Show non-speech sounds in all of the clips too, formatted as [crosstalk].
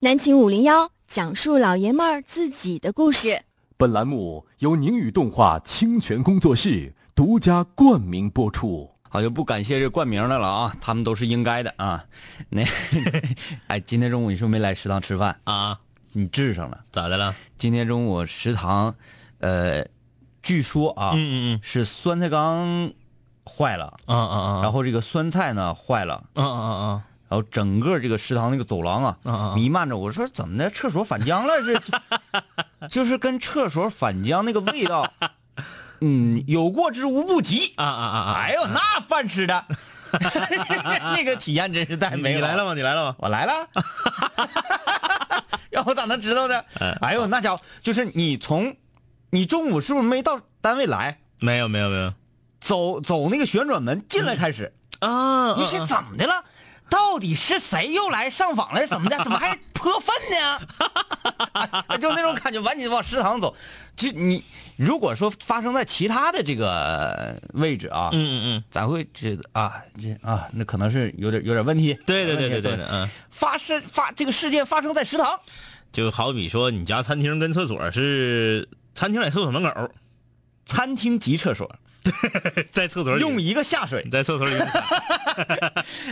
南秦五零幺讲述老爷们儿自己的故事。本栏目由宁宇动画清泉工作室独家冠名播出。好，啊就不感谢这冠名的了啊，他们都是应该的啊。那， [laughs] 哎，今天中午你是不是没来食堂吃饭？啊，你治上了。咋的了？今天中午食堂，呃，据说啊，嗯嗯是酸菜缸坏了，嗯，啊啊啊，然后这个酸菜呢坏了，啊啊啊然后整个这个食堂那个走廊啊，啊啊弥漫着。我说怎么的，厕所反浆了？这 [laughs] 就是跟厕所反浆那个味道，嗯，有过之无不及。啊啊啊啊！哎呦，那饭吃 [laughs] 的，那个体验真是太美你好来了吗？你来了吗？我来 [laughs] 了，要我咋能知道呢？嗯哎呦，那家伙就是你从，你中午是不是没到单位来？没有没有没有走走那个旋转门进来开始，啊！你是怎么的了？到底是谁又来上访了？怎么 [laughs] 的？怎么还泼粪呢？哎 [laughs] 就那种感觉，完你往食堂走，就你如果说发生在其他的这个位置啊，嗯嗯嗯，咱会觉得啊，这啊，那可能是有点有点问题。对对对对对有对，点问题嗯，发生发这个事件发生在食堂，就好比说你家餐厅跟厕所是餐厅在厕所门口，餐厅及厕所，在厕所里用一个下水你。在厕所里用啥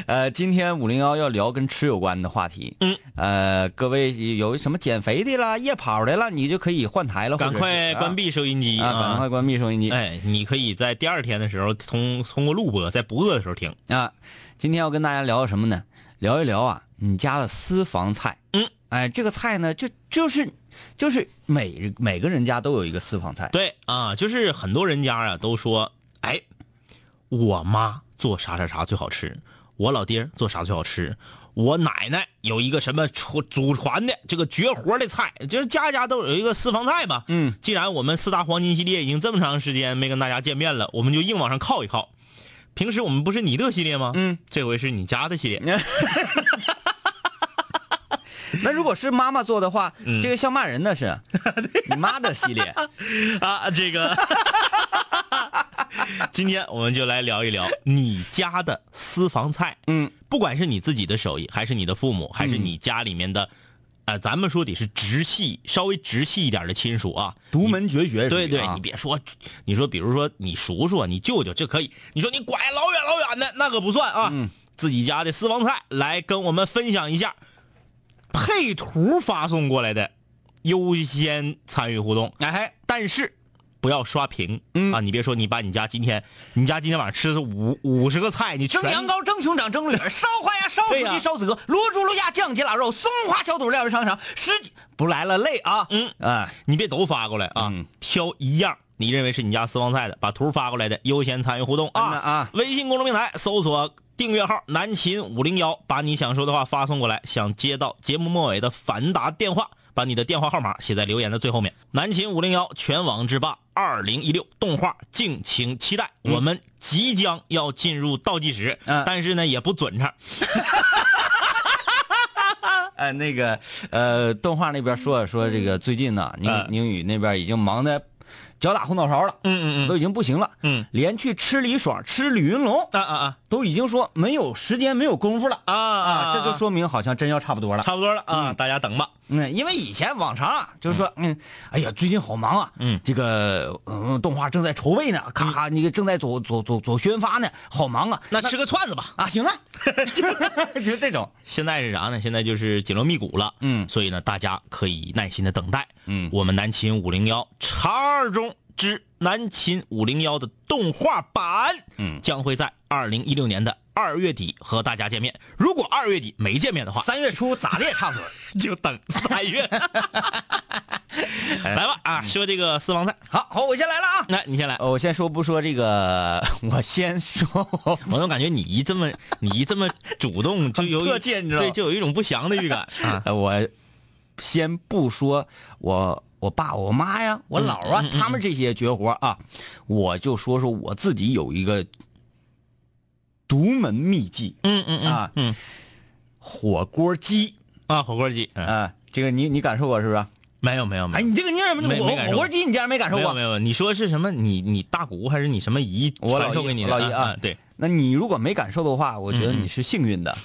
呃，今天五零幺要聊跟吃有关的话题。嗯，呃，各位有什么减肥的啦、夜跑的啦，你就可以换台了，赶快关闭闭收音机啊，赶快！关闭收音机。哎，你可以在第二天的时候通通过录播，在不饿的时候听。啊，今天要跟大家聊什么呢？聊一聊啊，你家的私房菜。嗯，哎，这个菜呢，就就是就是每每个人家都有一个私房菜。对啊，就是很多人家啊都说，哎，我妈做啥啥啥最好吃，我老爹做啥最好吃，我奶奶有一个什么传祖传的这个绝活的菜，就是家家都有一个私房菜吧。嗯，既然我们四大黄金系列已经这么长时间没跟大家见面了，我们就硬往上靠一靠。平时我们不是你的系列吗？嗯，这回是你家的系列。 [laughs] 那如果是妈妈做的话，嗯这个像骂人的 [laughs] 是，你妈的系列。啊，这个，今天我们就来聊一聊你家的私房菜。嗯，不管是你自己的手艺，还是你的父母，还是你家里面的，呃，咱们说得是直系，稍微直系一点的亲属啊。独门绝学属于对对，啊你别说，你说比如说你叔叔、啊，你舅舅这可以，你说你拐老远老远的那可不算啊。嗯自己家的私房菜来跟我们分享一下，配图发送过来的优先参与互动。哎，但是不要刷屏，嗯啊，你别说你把你家今天，你家今天晚上吃的是五五十个菜，你全蒸羊羔、蒸熊掌、蒸鹿 [laughs] 眼、烧花鸭、烧对雏呀鸡、烧子鹅、卤猪、卤鸭、酱鸡、腊肉、松花小肚、料理香肠，十几不来了累啊！嗯啊，你别都发过来啊，嗯挑一样你认为是你家私房菜的，把图发过来的优先参与互动啊嗯呐啊！微信公众平台搜索订阅号“南秦五零幺”，把你想说的话发送过来，想接到节目末尾的反打电话。把你的电话号码写在留言的最后面。南秦五零幺全网制霸二零一六动画，敬请期待。我们即将要进入倒计时，嗯但是呢也不准成。呃，那个呃，动画那边说说这个最近呢，宁嗯宁宇那边已经忙得脚打后脑勺了，嗯嗯都已经不行了，嗯，连去吃李爽、吃李云龙啊啊啊都已经说没有时间、没有功夫了啊啊！这就说明好像真要差不多了。差不多了啊，大家等吧。嗯，因为以前往常啊，就是说，嗯，哎呀，最近好忙啊，嗯这个嗯动画正在筹备呢，咔咔，那个正在走走走走宣发呢，好忙啊，那吃个串子吧。啊， [laughs] 行啊，就这种，现在是啥呢？现在就是紧锣密鼓了，嗯所以呢，大家可以耐心的等待。嗯我们南秦五零幺查二中之南秦五零幺的动画版，嗯将会在二零一六年的二月底和大家见面。如果二月底没见面的话，三月初咋的也差不多。就等 [laughs] 三月。来吧嗯啊，说这个私房菜，好，好，我先来了啊，来你先来。呃我先说不说这个， [laughs] 我先 [laughs] 说，我总感觉你一 [laughs] 这么你一这么主动，就有一很迫切你知道吗对，就有一种不祥的预感啊。呃我先不说我我爸我妈呀，我姥啊，嗯他们这些绝活啊，我就说说我自己有一个独门秘技。嗯嗯嗯啊嗯火锅鸡啊，火锅鸡，嗯，啊，这个你你感受过是不是？没有没有没哎，有。你这个你怎么没我没感受火过锅鸡你竟然没感受没有过没？有，你说是什么？你你大姑还是你什么姨我老传授姨给你的？我老姨啊啊，对，嗯 [laughs] 那你如果没感受的话，我觉得你是幸运的，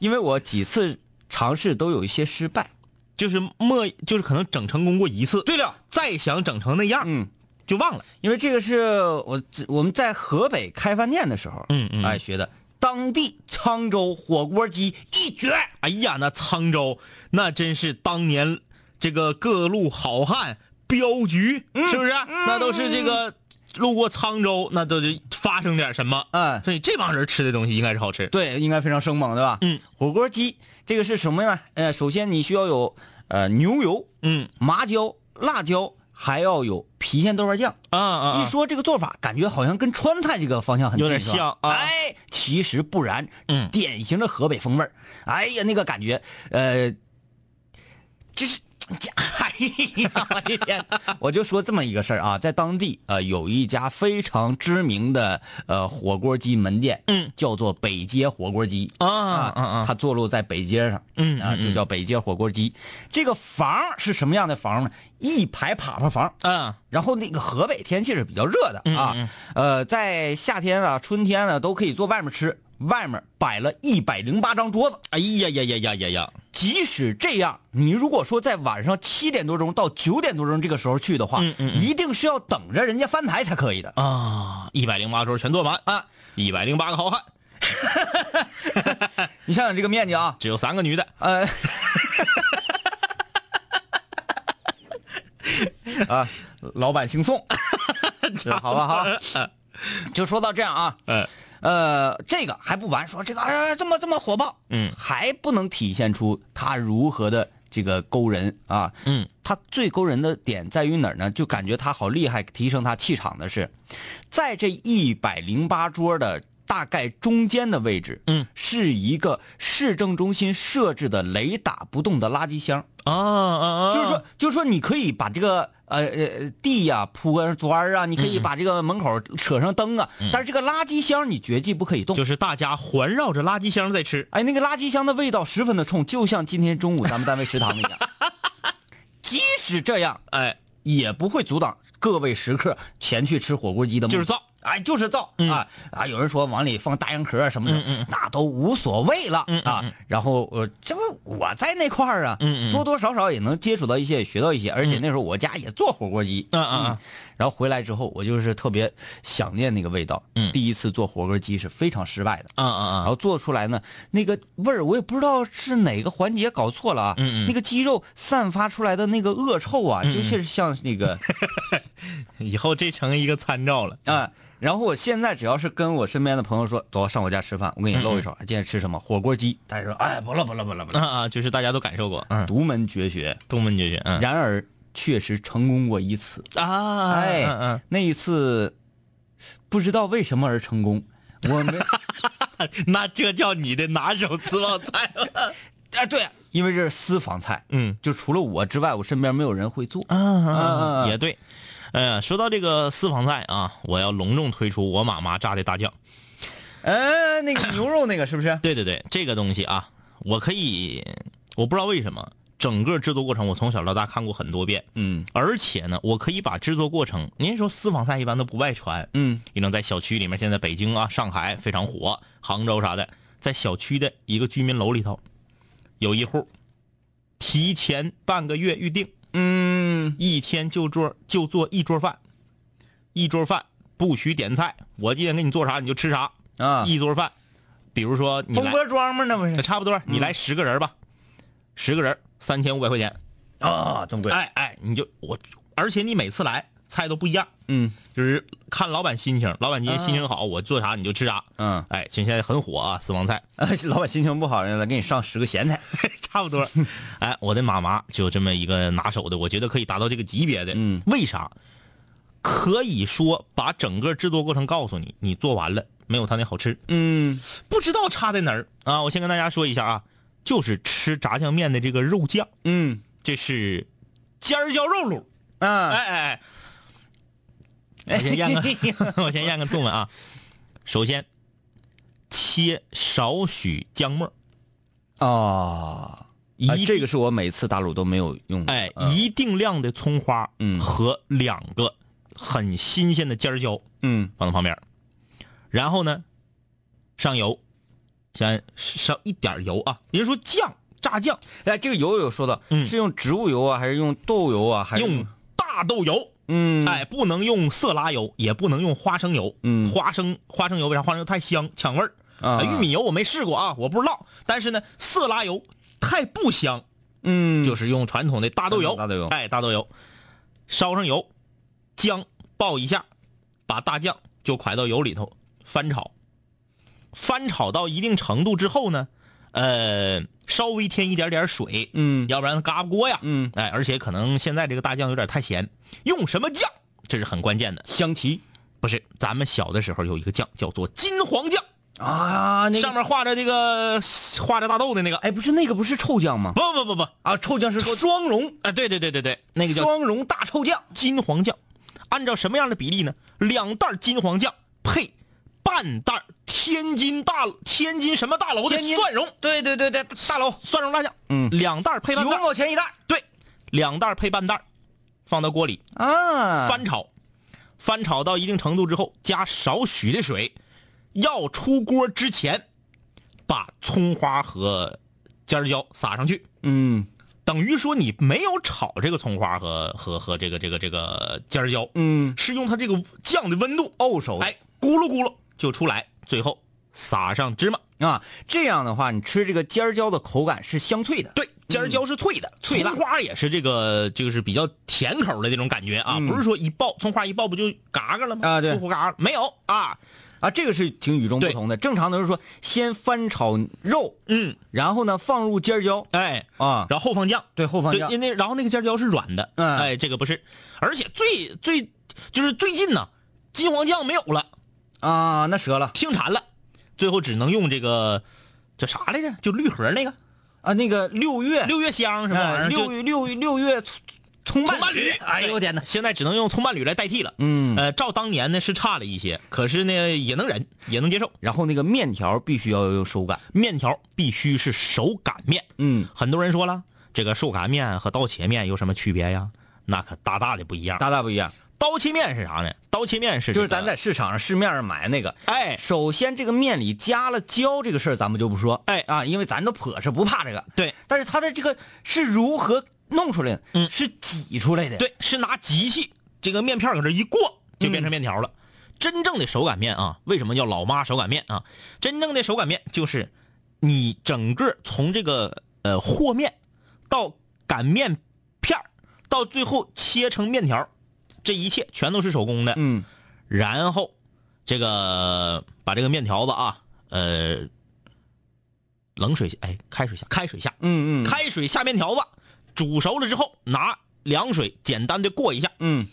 因为我几次尝试都有一些失败。就是没就是可能整成功过一次，对了，再想整成那样，嗯，就忘了。因为这个是我我们在河北开饭店的时候，嗯嗯哎学的当地沧州火锅鸡一绝。哎呀，那沧州那真是当年这个各路好汉镖局，嗯是不是？那都是这个路过沧州，那都得发生点什么。嗯所以这帮人吃的东西应该是好吃。对，应该非常生猛，对吧？嗯，火锅鸡这个是什么呢？呃，首先你需要有呃牛油、嗯麻椒、辣椒，还要有郫县豆瓣酱。啊啊，啊一说这个做法，感觉好像跟川菜这个方向很近有点是吧像啊哎，其实不然，嗯典型的河北风味儿。哎呀，那个感觉，呃，就是。 [laughs] 哎呀，我的天！我就说这么一个事儿啊，在当地呃有一家非常知名的呃火锅鸡门店，嗯，叫做北街火锅鸡啊啊啊它坐落在北街上，嗯啊，嗯就叫北街火锅鸡。这个房是什么样的房呢？一排粑粑房，嗯然后那个河北天气是比较热的啊，呃，在夏天啊、春天啊都可以坐外面吃，外面摆了一百零八张桌子。哎呀呀呀呀呀呀！即使这样，你如果说在晚上七点多钟到九点多钟这个时候去的话，嗯嗯一定是要等着人家翻台才可以的。啊，一百零八桌全坐满啊，一百零八个好汉，你想想这个面积啊，只有三个女的。呃，啊，老板姓宋， [laughs] 好吧好吧， [laughs] 就说到这样啊，嗯呃，这个还不完，说这个啊这么这么火爆，嗯还不能体现出他如何的这个勾人啊，嗯，他最勾人的点在于哪儿呢？就感觉他好厉害，提升他气场的是，在这一百零八桌的大概中间的位置，嗯，是一个市政中心设置的雷打不动的垃圾箱，啊啊啊！就是说，就是说，你可以把这个呃呃地呀、铺个砖儿啊，你可以嗯把这个门口扯上灯啊，但是这个垃圾箱你绝技不可以动。就是大家环绕着垃圾箱在吃。哎，那个垃圾箱的味道十分的冲，就像今天中午咱们单位食堂一 [laughs] 样。即使这样，哎，也不会阻挡各位食客前去吃火锅鸡的梦就是造，嗯哎，就是造、啊啊！有人说往里放大洋壳啊什么的，那都无所谓了、啊。然后呃，这不我在那块儿啊，嗯嗯多多少少也能接触到一些，也学到一些。而且那时候我家也做火锅鸡，嗯嗯嗯然后回来之后，我就是特别想念那个味道。嗯第一次做火锅鸡是非常失败的。啊然啊啊！后做出来呢，那个味儿我也不知道是哪个环节搞错了啊，嗯嗯嗯那个鸡肉散发出来的那个恶臭啊，就是像那 [laughs] 个以后这成一个参照了。啊、然后我现在只要是跟我身边的朋友说，走上我家吃饭，我给你露嗯一手，啊今天吃什么火锅鸡，大家说哎不了不了不了不啊了，啊，就是大家都感受过，嗯，独门绝学。东门绝学，嗯然而确实成功过一次，啊，哎，嗯嗯那一次不知道为什么而成功，我 [laughs] 没。那这叫你的拿手私房菜了。 [laughs] 啊，对，因为这是私房菜，嗯就除了我之外，我身边没有人会做。啊也对。呃，说到这个私房菜啊，我要隆重推出我妈妈炸的大酱。呃，那个牛肉那个是不是？对对对，这个东西啊，我可以，我不知道为什么，整个制作过程我从小到大看过很多遍，嗯而且呢，我可以把制作过程，您说私房菜一般都不外传，嗯，也能在小区里面，现在北京啊、上海非常火，杭州啥的，在小区的一个居民楼里头，有一户，提前半个月预定，嗯，一天就做就做一桌饭，一桌饭不许点菜，我今天给你做啥你就吃啥，啊，一桌饭，比如说你蜂来，窝庄吗？那不是差不多你来十个人吧，十个人三千五百块钱，啊，这么贵？哎哎，你就我，而且你每次来菜都不一样，嗯就是看老板心情，老板今天心情好，我做啥你就吃啥。嗯，哎，现在很火啊，私房菜 [laughs] [laughs] 老板心情不好，人来给你上十个咸菜。差不多。哎，我的妈妈就这么一个拿手的，我觉得可以达到这个级别的。嗯，为啥？可以说把整个制作过程告诉你，你做完了没有他那好吃，嗯，不知道差在哪儿啊！我先跟大家说一下啊，就是吃炸酱面的这个肉酱，嗯这是尖儿椒肉卤。啊，哎哎哎，我先咽个，我先咽个痛快啊。首先，切少许姜末儿，哦，一、啊，这个是我每次打卤都没有用的。哎嗯一定量的葱花，嗯和两个很新鲜的尖儿椒嗯放在旁边儿，然后呢，上油，先少一点儿油啊。人家说酱炸酱，哎，这个油有说到，嗯是用植物油啊，还是用豆油啊，还是用大豆油。嗯，哎，不能用色拉油，也不能用花生油。嗯花生花生油为啥？花生油太香抢味儿啊玉米油我没试过啊，我不知道。但是呢，色拉油太不香，嗯，就是用传统的大豆传油。统大豆油哎，大豆油，烧上油，姜爆一下，把大酱就蒯到油里头翻炒，翻炒到一定程度之后呢，呃，稍微添一点点水，嗯要不然嘎巴锅呀。嗯，哎，而且可能现在这个大酱有点太咸，用什么酱这是很关键的。香缇不是，咱们小的时候有一个酱叫做金黄酱，啊，那个上面画着这个画着大豆的那个。哎，哎，不是那个不是臭酱吗？不不不不，啊，臭酱是双蓉，哎，对对对对对，那个叫双蓉大臭酱，金黄酱。按照什么样的比例呢？两袋金黄酱配半袋天津大天津什么大楼的天津蒜蓉，对对对对，大楼蒜蓉大酱，嗯两袋配九半袋，毛钱一袋对，两袋配半袋，放到锅里啊，翻炒，翻炒到一定程度之后，加少许的水，要出锅之前，把葱花和尖儿椒撒上去，嗯等于说你没有炒这个葱花和和和这个这个这个尖儿椒，嗯，哦是用它这个酱的温度，二手哎，咕噜咕噜就出来，最后撒上芝麻，啊，这样的话，你吃这个尖儿椒的口感是香脆的，对，尖儿椒是脆的，嗯脆辣葱花也是这个就是比较甜口的这种感觉啊，不是说一爆葱花一爆不就嘎嘎了吗？嗯啊对呼呼嘎嘎没有啊，啊，这个是挺与众不同的。正常的是说先翻炒肉，嗯，然后呢放入尖儿椒哎。啊，然后后放酱，对后方对酱，，因为然后那个尖椒是软的，嗯哎，这个不是，而且最最就是最近呢，金黄酱没有了，啊，那折了停产了，最后只能用这个叫啥来着？就绿盒那个啊，那个六月六月香什么玩意哎儿？就六月六月六月葱葱葱伴伴侣，哎呦我天哪，现在只能用葱伴侣来代替了。嗯，呃，照当年呢是差了一些，可是呢也能忍，也能接受。然后那个面条必须要有手感，面条必须是手擀面，嗯，很多人说了，这个手擀面和刀切面有什么区别呀？那可大大的不一样。大大不一样，刀切面是啥呢？刀切面是、就是咱在市场上市面上买那个。哎首先，这个面里加了胶这个事儿，咱们就不说，哎啊，因为咱都颇是不怕这个，对但是它的这个是如何弄出来的？嗯是挤出来的。，对，是拿机器这个面片儿搁这一过就变成面条了。嗯真正的手擀面啊，为什么叫老妈手擀面啊？真正的手擀面就是你整个从这个呃和面到擀面片儿到最后切成面条儿，这一切全都是手工的。嗯然后这个把这个面条子啊，呃，冷水下哎开水下开水下嗯嗯，开水下面条子，煮熟了之后拿凉水简单的过一下，嗯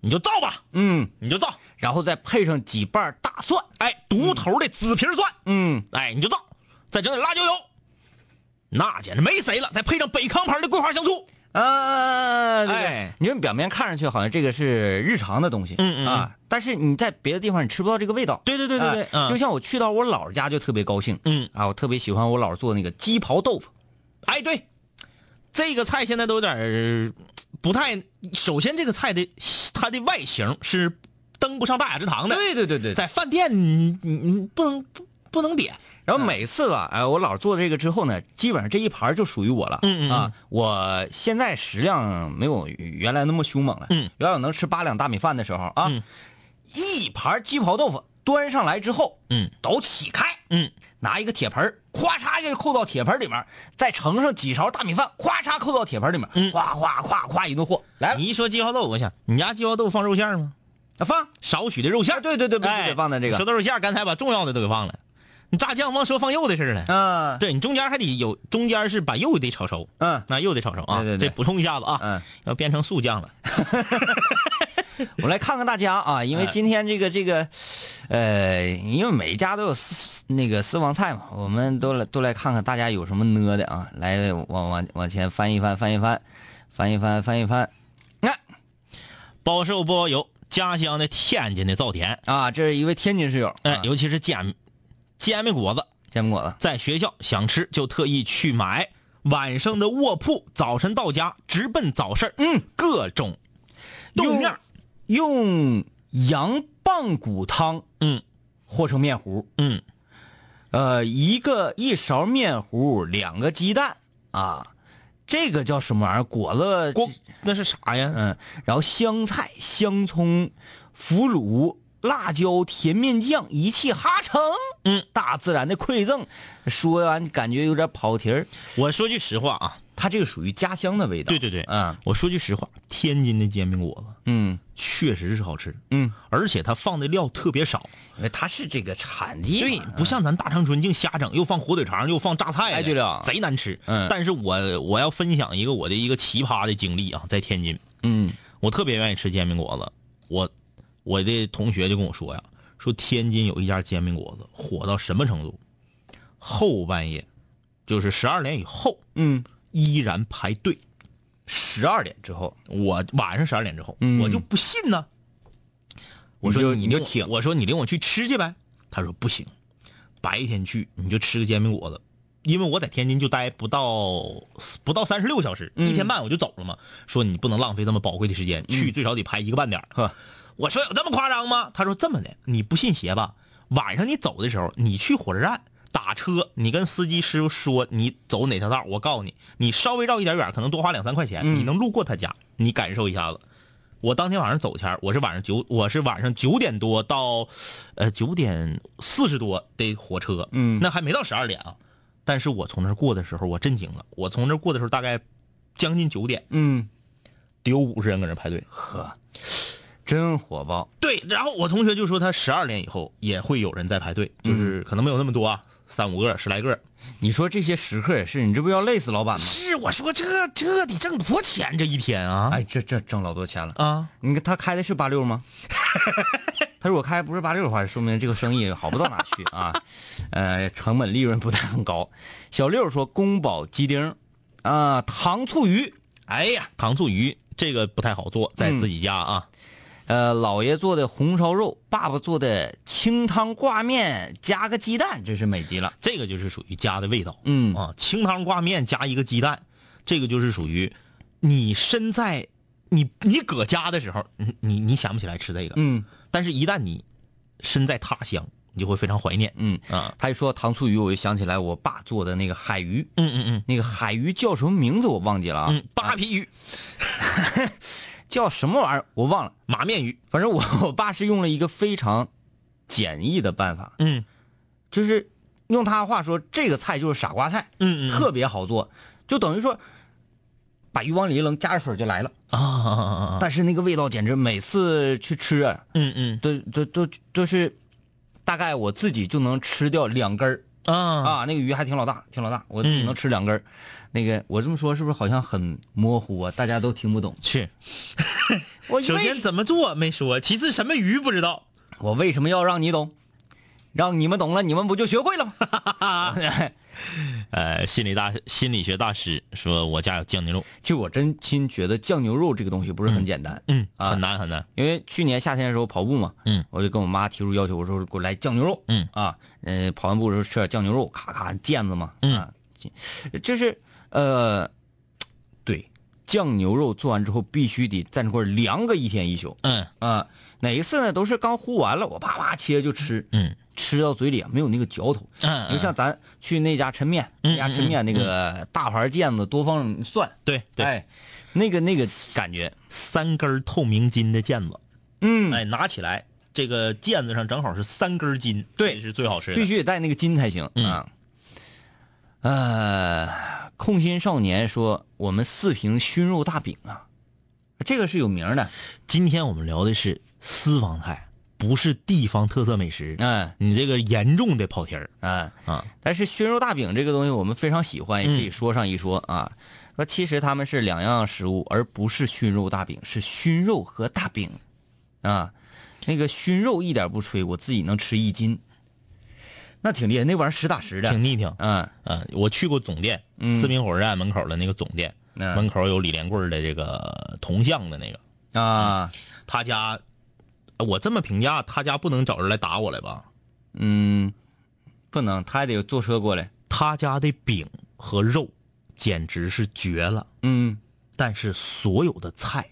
你就造吧，嗯，你就造，然后再配上几瓣大蒜，哎，独头的紫皮蒜，嗯，哎，你就造，再整点辣椒油，那简直没谁了，再配上北康牌的桂花香醋，嗯啊，对哎你说表面看上去好像这个是日常的东西，嗯嗯啊，但是你在别的地方你吃不到这个味道。对对对对对哎嗯就像我去到我姥姥家就特别高兴，嗯啊，我特别喜欢我姥儿做那个鸡刨豆腐，哎，对，这个菜现在都有点儿不太，首先这个菜的它的外形是登不上大雅之堂的，对对对在饭店你你你不能不不能点，然后每次吧，哎，我姥做这个之后呢，基本上这一盘就属于我了。嗯嗯嗯啊，我现在食量没有原来那么凶猛了。嗯，原来我能吃八两大米饭的时候啊，嗯一盘鸡刨豆腐端上来之后，嗯都起开，嗯，拿一个铁盆儿，咵嚓一下就扣到铁盆里面，再盛上几勺大米饭，咵嚓扣到铁盆里面，嗯咵咵咵咵一顿和，来吧你一说鸡花豆腐，我想你家鸡花豆腐放肉馅儿吗？放，少许的肉馅儿、啊对对对必须得哎放在这个说到肉馅儿，刚才把重要的都给忘了，你炸酱忘说放肉的事儿了。嗯对你中间还得有，中间是把肉得炒熟，嗯那肉得炒熟啊，对对对这补充一下子啊，嗯。要变成素酱了。 [laughs] 我来看看大家啊，因为今天这个这个，呃，因为每一家都有私那个私房菜嘛，我们都来都来看看大家有什么呢的啊，来往往往前翻一翻，翻一翻，翻一翻，翻一翻哎包瘦不包邮，家乡的天津的灶田，啊！这是一位天津室友，哎、啊尤其是煎煎饼果子，煎饼果子，在学校想吃就特意去买，晚上的卧铺，早晨到家直奔早市嗯，各种豆面儿，用羊棒骨汤嗯和成面糊，嗯，呃，一个一勺面糊，两个鸡蛋，啊，这个叫什么玩意儿？裹了锅那是啥呀？嗯，然后香菜、香葱、腐乳、辣椒、甜面酱一气哈成。嗯，大自然的馈赠。说完感觉有点跑题儿，我说句实话啊，它这个属于家乡的味道。对对对，嗯我说句实话，天津的煎饼果子嗯确实是好吃，嗯，而且它放的料特别少，因为它是这个产地对嘛，不像咱大长春净瞎整，又放火腿肠，又放榨菜的，哎对了贼难吃。嗯但是我我要分享一个我的一个奇葩的经历啊，在天津，嗯我特别愿意吃煎饼果子，我我的同学就跟我说呀，说天津有一家煎饼果子火到什么程度，后半夜，就是十二点以后嗯，依然排队，十二点之后，我晚上十二点之后，嗯我就不信呢。我你就说你就领我挺我说你领我去吃去呗。他说不行，白天去你就吃个煎饼果子，因为我在天津就待不到不到三十六小时，一嗯天半我就走了嘛。说你不能浪费这么宝贵的时间，去最少得排一个半点儿。呵，我说有这么夸张吗？他说这么的，你不信邪吧？晚上你走的时候，你去火车站打车，你跟司机师傅说你走哪条道，我告诉你，你稍微绕一点远，可能多花两三块钱，嗯你能路过他家，你感受一下子。我当天晚上走前儿，我是晚上九，我是晚上九点多到，呃九点四十多的火车，嗯那还没到十二点啊。但是我从那儿过的时候，我震惊了。我从那儿过的时候，大概将近九点，嗯得有五十人搁那儿排队。呵，真火爆。对，然后我同学就说他十二点以后也会有人在排队，嗯就是可能没有那么多啊，三五个、十来个。你说这些食客也是，你这不要累死老板吗？是，我说这这得挣多钱这一天啊？哎，这这挣老多钱了。啊，你看他开的是八六吗？ [laughs] 他如果开不是八六的话，说明这个生意好不到哪去啊。呃，成本利润不太很高。小六说宫保鸡丁儿，啊、糖醋鱼，哎呀，糖醋鱼这个不太好做，在嗯自己家啊。呃，姥爷做的红烧肉，爸爸做的清汤挂面，加个鸡蛋，真是美极了。这个就是属于家的味道。嗯啊，清汤挂面加一个鸡蛋，这个就是属于你身在你你搁家的时候，你你你想不起来吃这个，嗯但是一旦你身在他乡，你就会非常怀念。嗯，啊，他一说糖醋鱼，我就想起来我爸做的那个海鱼，嗯嗯嗯那个海鱼叫什么名字我忘记了啊，嗯，扒皮鱼、叫什么玩意儿我忘了。马面鱼，反正我我爸是用了一个非常简易的办法，嗯就是用他的话说，这个菜就是傻瓜菜，嗯嗯，特别好做，就等于说把鱼往里一扔，加点水就来了。啊啊啊啊啊！但是那个味道简直每次去吃啊，嗯嗯都都都就是大概我自己就能吃掉两根儿啊嗯啊，那个鱼还挺老大，挺老大，我自己能吃两根儿。那个我这么说是不是好像很模糊啊？大家都听不懂。是，我首为先怎么做没说，其次什么鱼不知道。我为什么要让你懂？让你们懂了，你们不就学会了吗？ [laughs] 呃，心理大心理学大师说，我家有酱牛肉，其实我真心觉得酱牛肉这个东西不是很简单，嗯，啊很难很难，因为去年夏天的时候跑步嘛，嗯，我就跟我妈提出要求，我说给我来酱牛肉，嗯啊，呃，跑完步的时候吃点酱牛肉，咔咔腱子嘛，嗯啊，就是呃，对，酱牛肉做完之后必须得在那块儿凉个一天一宿嗯啊，哪一次呢都是刚烀完了，我啪啪切就吃，嗯吃到嘴里啊没有那个嚼头，嗯，你就像咱去那家抻面，那家抻面那个大盘腱子多放蒜，对嗯对，哎，那个那个感觉，三根透明筋的毽子，嗯，哎，拿起来，这个毽子上正好是三根筋，对这是最好吃的。嗯必须得带那个筋才行啊。呃，空心少年说我们四平熏肉大饼啊，这个是有名的，今天我们聊的是私房菜，不是地方特色美食。嗯你这个严重的跑题儿嗯。啊，嗯但是熏肉大饼这个东西我们非常喜欢，也可以说上一说啊。说其实他们是两样食物，而不是熏肉大饼，是熏肉和大饼啊。那个熏肉一点不吹，我自己能吃一斤，那挺厉害，那玩意儿实打实的。挺腻挺。嗯啊，我去过总店，四平火车站门口的那个总店，嗯门口有李连贵儿的这个铜像的那个，啊，他家，呃我这么评价，他家不能找人来打我来吧？嗯，不能，他还得坐车过来。他家的饼和肉简直是绝了，嗯，但是所有的菜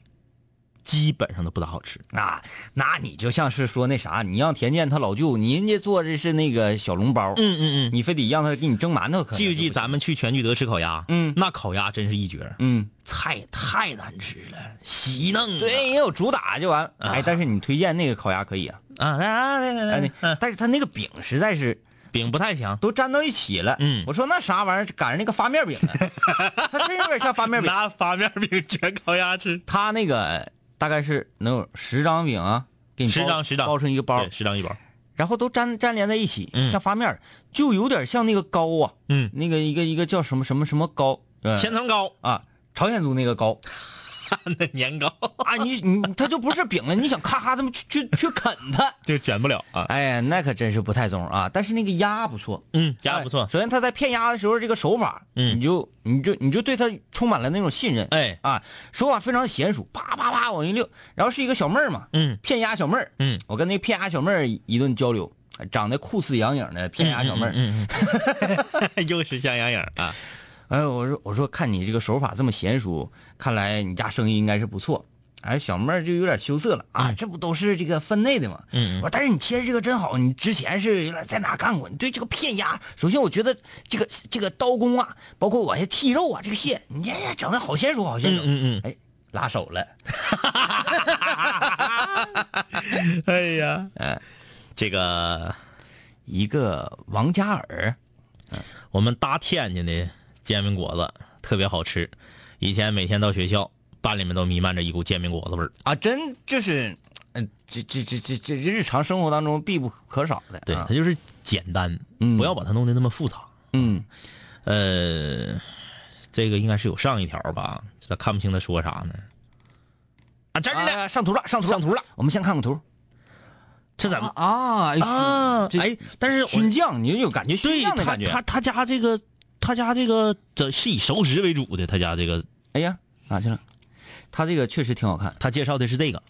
基本上都不咋好吃。啊，那你就像是说那啥，你让田健他老舅，人家做的是那个小笼包，嗯嗯嗯，你非得让他给你蒸馒头，可能记不记就行咱们去全聚德吃烤鸭？嗯那烤鸭真是一绝，嗯，菜太难吃了，稀弄啊。对，也有主打就完。哎，但是你推荐那个烤鸭可以啊，啊，来啊来来哎来，，那啊嗯但是他那个饼实在是饼不太强，都粘到一起了。嗯我说那啥玩意儿赶上那个发面饼 [laughs] 了，它真有点像发面饼。拿发面饼卷烤鸭吃，他那个大概是能有十张饼啊，给你包十张十张包成一个包对，，十张一包。然后都粘粘连在一起，嗯像发面儿，就有点像那个糕啊，嗯，那个一个一个叫什么什么什么糕，嗯千层糕， [laughs] 啊，朝鲜族那个糕那年糕啊，你你它就不是饼了，你想咔咔这么去去去啃它，就卷不了啊。哎呀，那可真是不太中啊。但是那个鸭不错，嗯，鸭不错哎。首先他在骗鸭的时候这个手法，嗯你就你就你就对他充满了那种信任，哎，啊，手法非常娴熟，啪啪啪往一溜，然后是一个小妹儿嘛，嗯骗鸭小妹儿，嗯，我跟那骗鸭小妹儿一顿交流，长得酷似杨颖的骗鸭小妹儿，嗯， [laughs] 又是像羊影儿啊。哎，我说我说看你这个手法这么娴熟，看来你家生意应该是不错。哎，小妹儿就有点羞涩了啊，这不都是这个分内的吗？嗯嗯嗯我说但是你切这个真好，你之前是原来在哪干过？你对这个片鸭，首先我觉得这个这个刀工啊，包括往下剔肉啊，这个蟹，你这整的好娴熟，好娴熟。嗯嗯哎，拉手了，嗯，哎呀，嗯，这个一个王嘉尔，我们搭天津的煎饼果子特别好吃，以前每天到学校，班里面都弥漫着一股煎饼果子味儿。啊，真就是，嗯、这这这这这日常生活当中必不可少的。对，啊它就是简单，嗯不要把它弄得那么复杂。嗯呃，这个应该是有上一条吧，他看不清他说啥呢。啊，这这这啊，上图了，上图了，上图了。我们先看看图这怎么啊，哎啊？这哎，但是我熏酱，你就有感觉熏对酱的他感觉。他他家这个他家这个这是以熟食为主的，他家这个哎呀，哪去了？他这个确实挺好看，他介绍的是这个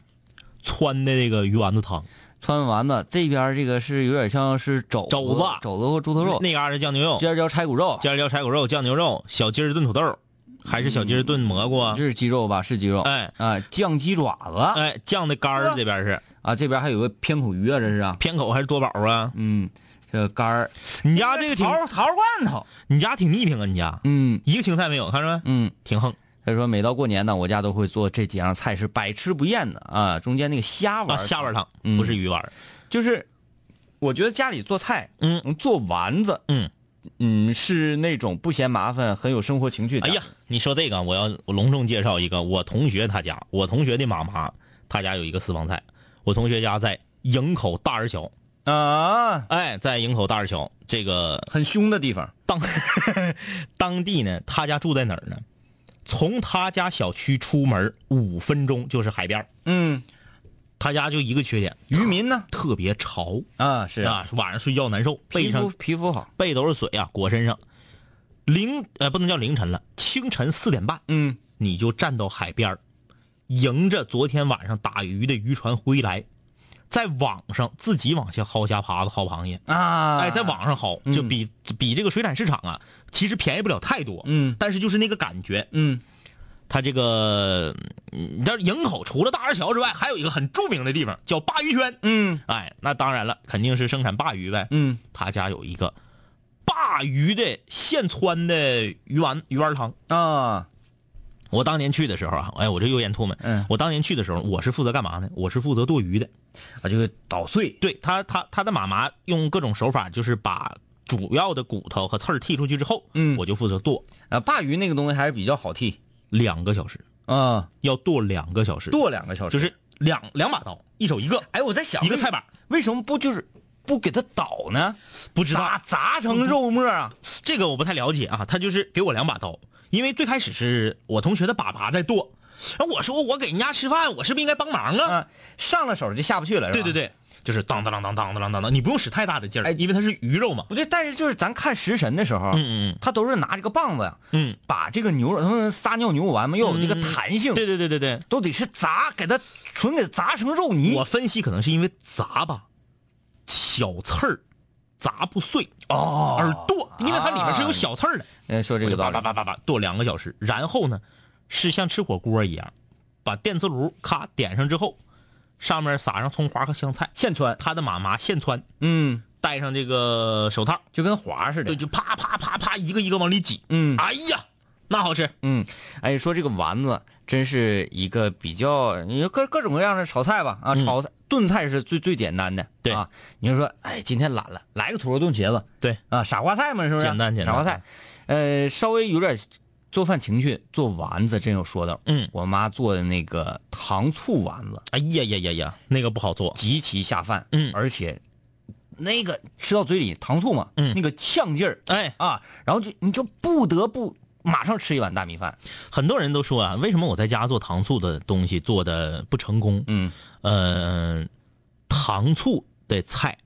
川的这个鱼丸子汤，川丸子这边这个是有点像是肘肘子子、肘子或猪头肉，那嘎达酱牛肉，这边叫柴骨肉，尖椒柴骨肉、酱牛肉、小鸡儿炖土豆，还是小鸡儿炖蘑菇啊这？是鸡肉吧？是鸡肉。哎啊，酱鸡爪子哎，酱的肝儿这边是啊，这边还有个偏口鱼啊，这是啊，偏口还是多宝啊？嗯，这个肝儿，你家这个挺桃桃罐头，你家挺腻挺啊，你家嗯一个青菜没有，看着没？嗯。挺横他说，每到过年呢，我家都会做这几样菜，是百吃不厌的啊。中间那个虾啊，丸，虾丸汤嗯不是鱼丸儿，就是，我觉得家里做菜，嗯，做丸子，嗯嗯，是那种不嫌麻烦、很有生活情趣的。哎呀，，你说这个，我要我隆重介绍一个我同学他家，我同学的妈妈他家有一个私房菜，我同学家在营口大二桥，啊，哎，在营口大二桥这个很凶的地方，当当地呢，他家住在哪儿呢？从他家小区出门五分钟就是海边儿嗯，他家就一个缺点，渔民呢？特别潮啊，是，啊，晚上睡觉难受，背皮肤上皮肤好，背都是水啊，裹身上。凌呃不能叫凌晨了，清晨四点半，嗯，你就站到海边儿迎着昨天晚上打鱼的渔船回来，在网上自己往下薅虾爬子、薅螃蟹，啊，哎，在网上薅，就嗯比、比这个水产市场啊，其实便宜不了太多，嗯但是就是那个感觉，嗯，它这个，嗯你知道营口除了大二桥之外，还有一个很著名的地方叫鲅鱼圈，嗯哎，那当然了，肯定是生产鲅鱼呗，嗯，他家有一个鲅鱼的现汆的鱼丸鱼丸汤，啊，我当年去的时候啊，哎，我这又咽吐沫。嗯我当年去的时候，我是负责干嘛呢？我是负责剁鱼的。啊，就捣碎，对他，他他的妈妈用各种手法，就是把主要的骨头和刺儿剔出去之后，嗯我就负责剁啊，鲅鱼那个东西还是比较好剔，两个小时，啊，要剁两个小时，剁两个小时，就是两两把刀，一手一个，哎，我在想一个菜板，为什么不就是不给它捣呢？不知道砸砸成肉末啊？这个我不太了解啊，他就是给我两把刀，因为最开始是我同学的粑粑在剁，然后我说我给人家吃饭，我是不是应该帮忙 [laughs] 啊？啊，上了手就下不去了，是对吧对。对，就是当当当当当当当当，你不用使太大的劲儿，哎因为它是鱼肉嘛。不对，但是就是咱看食神的时候，嗯嗯他都是拿这个棒子呀，嗯，把这个牛肉，他们撒尿牛丸嘛，要有这个嗯嗯嗯弹性，对对对对对，都得是砸，给它纯给它砸成肉泥。我分析可能是因为砸吧，小刺儿砸不碎哦啊而剁，因为它里面是有小刺儿的。哎，说这我个就道叭理叭叭叭叭剁两个小时，然后呢是像吃火锅一样，把电磁炉咔点上之后，上面撒上葱花和香菜，现穿，他的妈妈现穿，嗯，戴上这个手套，就跟花似的对，。就啪啪啪啪一个一个往里挤。嗯哎呀，那好吃。嗯，哎，说这个丸子真是一个比较，你说各各种各样的炒菜吧，啊，嗯炒菜炖菜是最最简单的，对啊，你就说，哎，今天懒了，来个土豆炖茄子，对啊，傻瓜菜嘛，是不是？简单简啊傻单瓜菜，呃，稍微有点做饭情趣，做丸子真有说道。嗯我妈做的那个糖醋丸子哎呀呀呀呀，那个不好做。极其下饭，嗯而且那个吃到嘴里糖醋嘛，嗯那个呛劲儿哎，啊，然后就你就不得不马上吃一碗大米饭，很多人都说啊，为什么我在家做糖醋的东西做的不成功？嗯。呃，糖醋的菜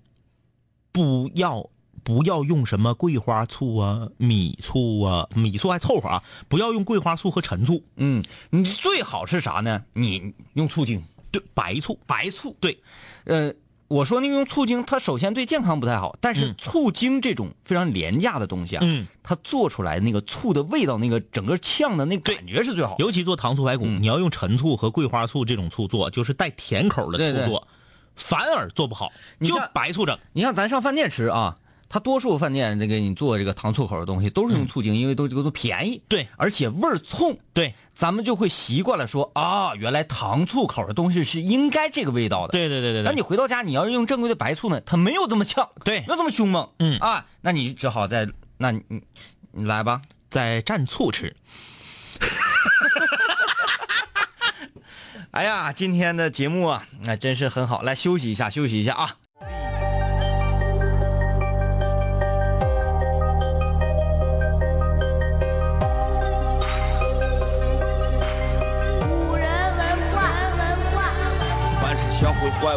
不要不要用什么桂花醋啊、米醋啊，米醋还凑合啊，不要用桂花醋和陈醋，嗯，你最好是啥呢？你用醋精，对，白醋，白醋，对，呃，我说那个用醋精，它首先对健康不太好，但是嗯醋精这种非常廉价的东西啊，嗯，它做出来那个醋的味道，那个整个呛的那个感觉是最好的。尤其做糖醋排骨，嗯你要用陈醋和桂花醋这种醋做，就是带甜口的对对醋做，反而做不好，你就像白醋整，你看咱上饭店吃啊，它多数饭店那个你做这个糖醋口的东西都是用醋精，因为都都都便宜，对而且味儿冲，对咱们就会习惯了说啊，原来糖醋口的东西是应该这个味道的。对对对对那对，你回到家，你要是用正规的白醋呢，它没有这么呛，对没有这么凶猛，嗯啊，那你只好再，那你你你来吧，再蘸醋吃， [laughs] 哎呀，今天的节目啊，那真是很好，来休息一下，休息一下啊。古人文化，文化。凡是想毁坏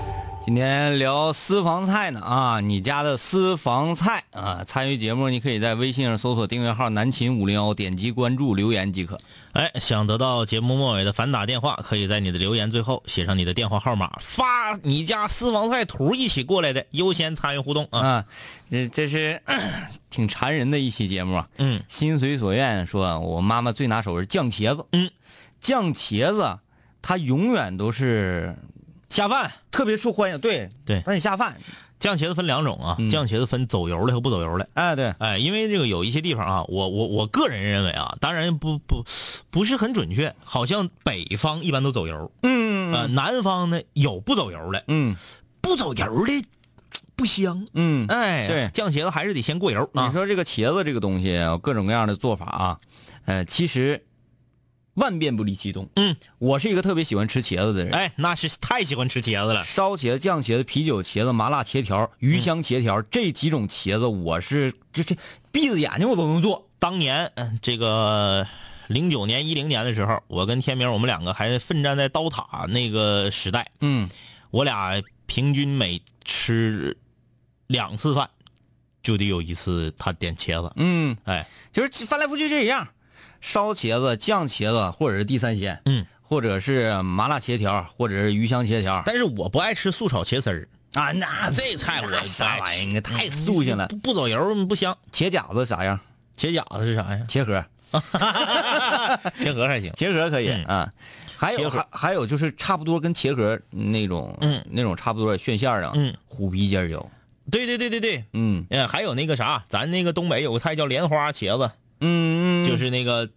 今天聊私房菜呢啊，你家的私房菜啊，参与节目你可以在微信上搜索订阅号“南秦五零幺”，点击关注留言即可。哎，想得到节目末尾的反打电话，可以在你的留言最后写上你的电话号码，发你家私房菜图一起过来的，优先参与互动啊。啊，这这是 [coughs] 挺馋人的一期节目啊。嗯，心随所愿说，我妈妈最拿手是酱茄子。嗯，酱茄子它永远都是下饭，特别受欢迎，对对它得下饭。酱茄子分两种啊，嗯酱茄子分走油的和不走油的。哎，对，哎，因为这个有一些地方啊，我我我个人认为啊，当然不不不是很准确，好像北方一般都走油，嗯呃，南方呢有不走油的，嗯不走油的不香。嗯，哎，对酱茄子还是得先过油你啊。说这个茄子这个东西，有各种各样的做法啊，呃，其实万变不离其宗。嗯，我是一个特别喜欢吃茄子的人。哎，那是太喜欢吃茄子了。烧茄子、酱茄子、啤酒茄子、麻辣茄条、鱼香茄条、这几种茄子，我是这这闭着眼睛我都能做。当年嗯这个零九年、一零年的时候，我跟天明我们两个还奋战在刀塔那个时代，嗯，我俩平均每吃两次饭，就得有一次他点茄子。嗯，哎，就是翻来覆去这一样，烧茄子、酱茄子，或者是地三鲜，嗯，或者是麻辣茄条，或者是鱼香茄条但是我不爱吃素炒茄丝儿，啊，那这菜我不爱那吃嗯啥玩意儿，太素性了。不不走油不香。茄饺子啥样？茄饺子是啥呀？ [laughs] 茄盒。结合还行。茄盒可以嗯啊。还茄有盒还还有就是差不多跟茄盒那种嗯那种差不多的炫馅儿啊，嗯，虎皮尖儿椒，对对对对对，嗯嗯，还有那个啥，咱那个东北有个菜叫莲花茄子，嗯就是那个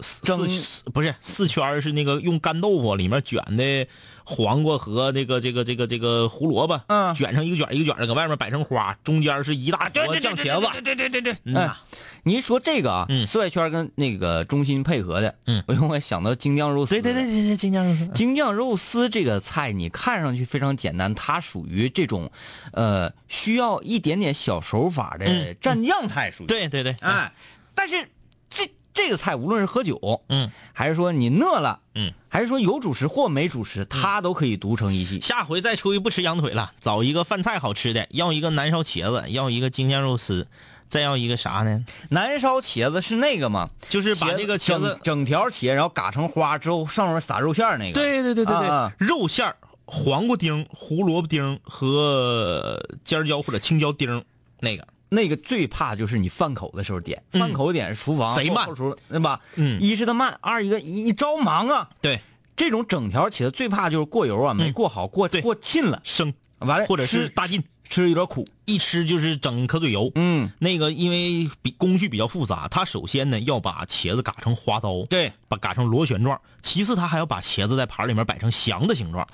四蒸四不是四圈儿是那个用干豆腐里面卷的黄瓜和这个这个这个这个胡萝卜，嗯卷成一个卷儿一个卷儿的，搁外面摆成花，中间是一大坨酱茄子，对对对对，嗯呐你一说这个啊，嗯四外圈跟那个中心配合的，嗯我我想到京酱肉丝，对对对，对对，京酱肉丝，京酱肉丝这个菜，你看上去非常简单，它属于这种，呃，需要一点点小手法的嗯蘸酱菜，属于、对对对，哎，但是这这个菜无论是喝酒，嗯，还是说你饿了，嗯，还是说有主食或没主食，它都可以独成一系。下回再出去不吃羊腿了，找一个饭菜好吃的，要一个南烧茄子，要一个京酱肉丝，再要一个啥呢？南烧茄子是那个吗？就是把那个茄整子，整条茄，然后嘎成花之后，上面撒肉馅儿那个。对对对对对，啊啊肉馅儿、黄瓜丁儿、胡萝卜丁儿和尖椒或者青椒丁儿那个，那个最怕就是你饭口的时候点，饭口点厨房贼后慢后厨对吧？嗯一是它慢，二一个你你着忙啊。对，这种整条茄子最怕就是过油啊，没过好，过对过沁了，生完了或者是哎吃大劲，吃有点苦。一吃就是整可嘴油。嗯，那个因为比工序比较复杂，它首先呢要把茄子嘎成花刀，对，把嘎成螺旋状，其次它还要把茄子在盘里面摆成翔的形状，